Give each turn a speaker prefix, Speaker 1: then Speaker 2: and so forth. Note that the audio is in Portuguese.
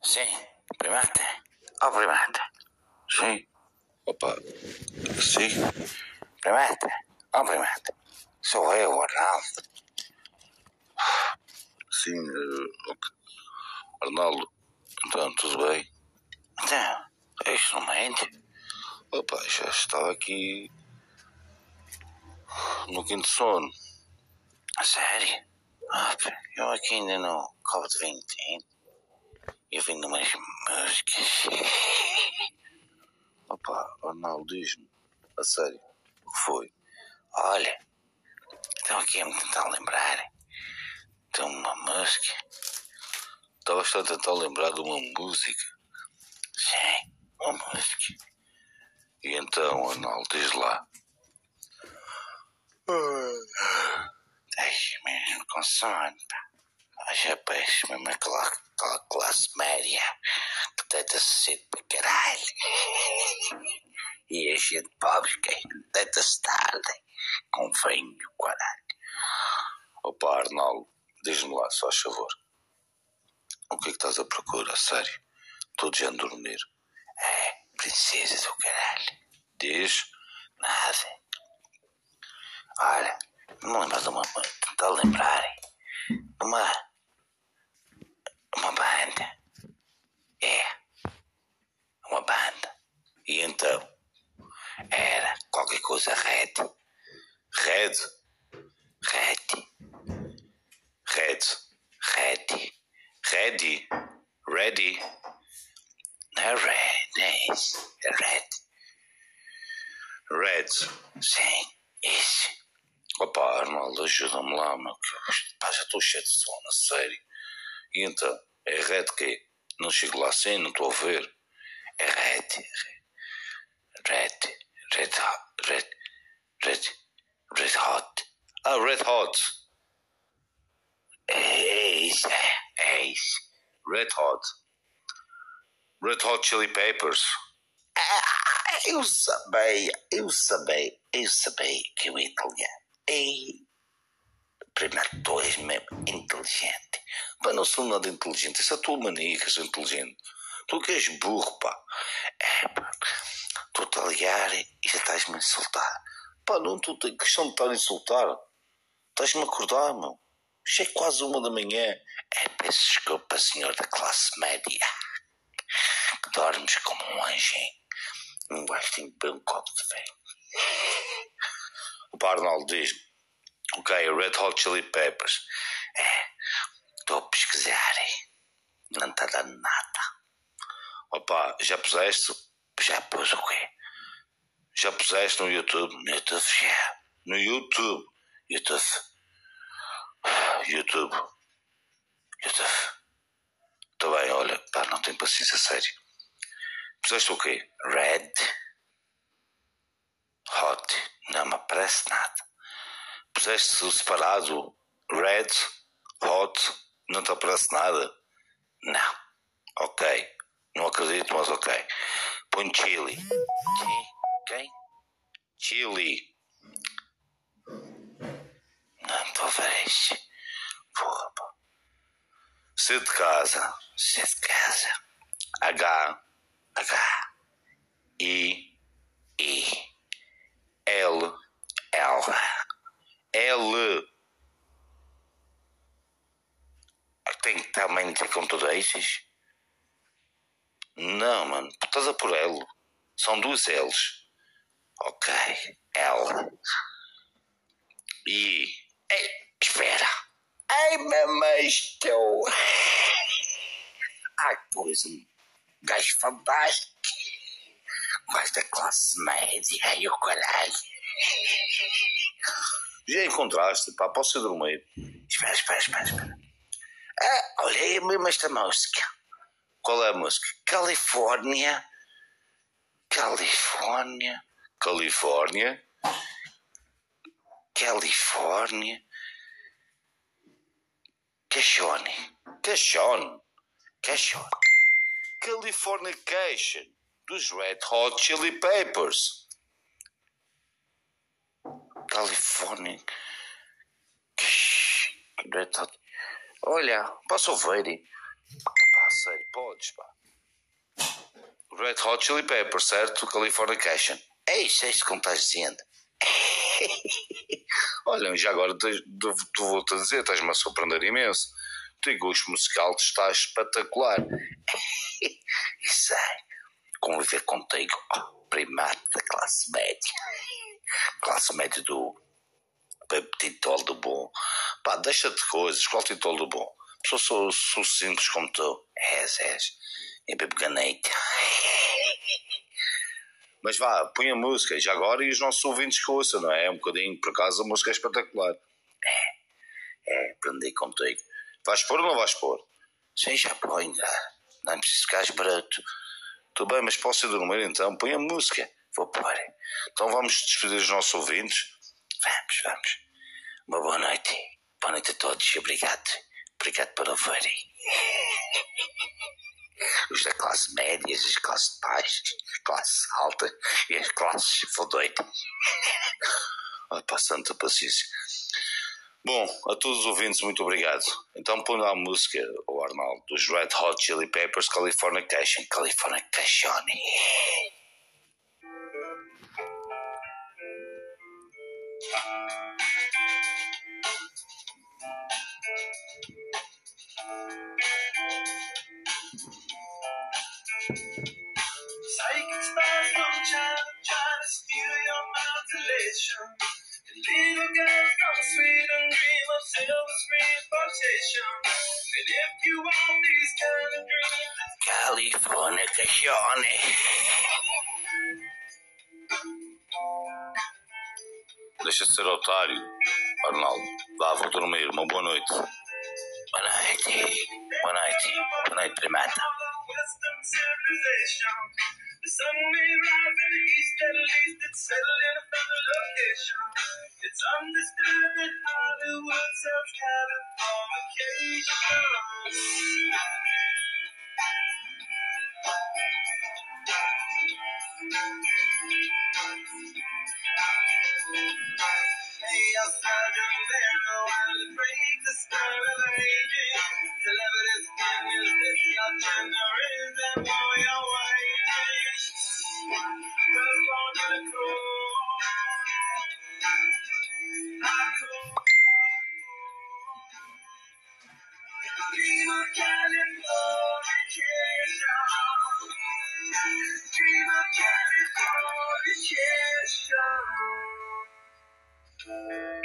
Speaker 1: Sì, primate? O primate?
Speaker 2: Sì. Opa. Sì.
Speaker 1: Primate? O primate? Sou eu, Arnaldo.
Speaker 2: Sim. eh, ok. Arnaldo, então, tudo bem?
Speaker 1: Então, és não mente?
Speaker 2: Opa, já estava aqui no quinto sono.
Speaker 1: A sério? Ah, pá, eu aqui ainda no COVID-20, hein? Eu vim de umas músicas.
Speaker 2: Opa, Arnaldo, diz-me. A sério, o que foi?
Speaker 1: Olha, estão aqui a me tentar lembrar de uma música.
Speaker 2: Estavas a tentar lembrar de uma música.
Speaker 1: Sim, uma música.
Speaker 2: E então, Arnaldo, diz lá.
Speaker 1: Deixa mesmo com sono, pá. Hoje aparece é mesmo aquela, aquela tá classe média que tenta se cedo para caralho. E a gente pobre que tenta-se tarde com vinho, caralho.
Speaker 2: Opa, Arnaldo, diz-me lá, só faz favor. O que é que estás à procura, a sério? Estou de gente dormir.
Speaker 1: É, princesa do caralho.
Speaker 2: Diz,
Speaker 1: Nada. Olha, não lembro de uma música, estou tá a lembrar de uma. uma banda. É. Uma banda.
Speaker 2: e então?
Speaker 1: Era qualquer coisa red.
Speaker 2: Red,
Speaker 1: Red.
Speaker 2: red,
Speaker 1: Red.
Speaker 2: ready, ready.
Speaker 1: Não é red, não é isso. É red.
Speaker 2: Red.
Speaker 1: Sim, isso.
Speaker 2: Opa, Arnaldo, ajuda-me lá, meu que isto- Pá, já estou cheio de sono, a sério. E então, é red quê? Não chego lá assim, não estou a ver.
Speaker 1: É red. Red. Red hot. Red. Red. Red hot.
Speaker 2: Ah, red hot.
Speaker 1: É isso, é. É isso.
Speaker 2: Red hot. Red hot chili peppers.
Speaker 1: Ah, eu sabia, eu sabia, eu sabia que o italiano é primeiro tu és mesmo inteligente.
Speaker 2: Pá, não sou nada inteligente. Isso é tua mania que sou inteligente. Tu que és burro, pá.
Speaker 1: É, pá, tu-te a ligar e já estás-me a insultar.
Speaker 2: Pá, não tu tem questão de estar a insultar. Estás-me a acordar, meu. Já é quase uma da manhã.
Speaker 1: É, peço desculpa, senhor da classe média, que dormes como um anjo, hein? Não vais ter beber um copo de vinho.
Speaker 2: O pá, Arnaldo diz Ok, Red Hot Chili Peppers. É,
Speaker 1: Estou a pesquisar, hein? Não está dando nada.
Speaker 2: tá Opa, já puseste?
Speaker 1: Já pôs o quê?
Speaker 2: Já puseste no YouTube?
Speaker 1: No YouTube já.
Speaker 2: No YouTube.
Speaker 1: YouTube.
Speaker 2: YouTube.
Speaker 1: YouTube.
Speaker 2: Tá bem, olha, pá, não tenho paciência, sério. Puseste o quê?
Speaker 1: Red. Hot. Não me aparece nada.
Speaker 2: Puseste separado Red Hot. Não te aparece nada?
Speaker 1: Não.
Speaker 2: Ok. Não acredito, mas ok. Põe Chili.
Speaker 1: Quem? Quem?
Speaker 2: Chili.
Speaker 1: Não talvez. Porra, pá.
Speaker 2: C de casa.
Speaker 1: Se é de casa.
Speaker 2: H.
Speaker 1: H.
Speaker 2: I.
Speaker 1: I.
Speaker 2: L.
Speaker 1: L.
Speaker 2: L.
Speaker 1: Ah, Tem que também ter como tudo isso?
Speaker 2: Não, mano. tu Estás a por L. São duas L's.
Speaker 1: Ok. L.
Speaker 2: I.
Speaker 1: Ei, espera. Ai, mamãe, estou. Ai, pois um gajo fantástico. Mas da classe média e o caralho.
Speaker 2: Já encontraste, pá. Posso ir dormir.
Speaker 1: Espera, espera, espera, espera. Ah, olhei mesmo esta música.
Speaker 2: Qual é a música?
Speaker 1: Califórnia. Califórnia.
Speaker 2: Califórnia.
Speaker 1: Califórnia. Cachone.
Speaker 2: Cachon.
Speaker 1: Cachone.
Speaker 2: Californication. Dos Red Hot Chili Peppers.
Speaker 1: Califórnia. Cash- Olha, posso ouvir? Pá,
Speaker 2: pá, sério, podes, pá. Red Hot Chili Peppers, certo? Californication.
Speaker 1: É isso, é isso que me estás dizendo.
Speaker 2: Olha, já agora te, te- te vou-te dizer, estás-me a surpreender imenso. O teu gosto musical está espetacular.
Speaker 1: Isso é conviver contigo,
Speaker 2: oh,
Speaker 1: ó, primate da classe média. Classe média do Titol do Bom.
Speaker 2: Pá, deixa-te de coisas, qual título do bom? Sou, sou, sou simples como tu.
Speaker 1: És, és. E bebo ganete.
Speaker 2: Mas vá, põe a música, já agora e os nossos ouvintes que ouçam, não é? É Um bocadinho, por acaso a música é espetacular.
Speaker 1: É, aprendi contigo.
Speaker 2: Vais pôr ou não vais pôr?
Speaker 1: Sim, já põe, já.
Speaker 2: é
Speaker 1: Não preciso ficar bruto.
Speaker 2: Tudo bem, mas posso ir dormir então? Põe a música.
Speaker 1: Vou pôr.
Speaker 2: Então vamos despedir os nossos ouvintes.
Speaker 1: Vamos, vamos. Uma boa noite. Boa noite a todos e obrigado. Obrigado por ouvirem. Os da classe média, as classes baixas, classe alta e as classes fodoitas.
Speaker 2: Ah, pá, santa paciência. Bom, a todos os ouvintes, muito obrigado. Então põe lá a música, o Arnaldo, dos Red Hot Chili Peppers California Cation.
Speaker 1: California Cachone.
Speaker 3: Psychic stars from China trying to steal your modulation. The little girl from Sweden dream of silver screen plantation. And if you want these kind of dreams,
Speaker 1: California é Cachone.
Speaker 2: Deixa de ser otário, Arnaldo. Vá, vou dormir. Uma boa noite.
Speaker 1: Boa noite. Boa noite. Boa noite, primata.
Speaker 3: all the Western civilization. The sun may rise in the east, at least it's settling upon the location. It's understood that Hollywood sells Californication. Hey, I'll stand in there while it breaks the spell of aging. Celebrities give me this, your gender is that boy you're waiting. Well, on the cool. I cool. Dream of Californication. Dream of Californication.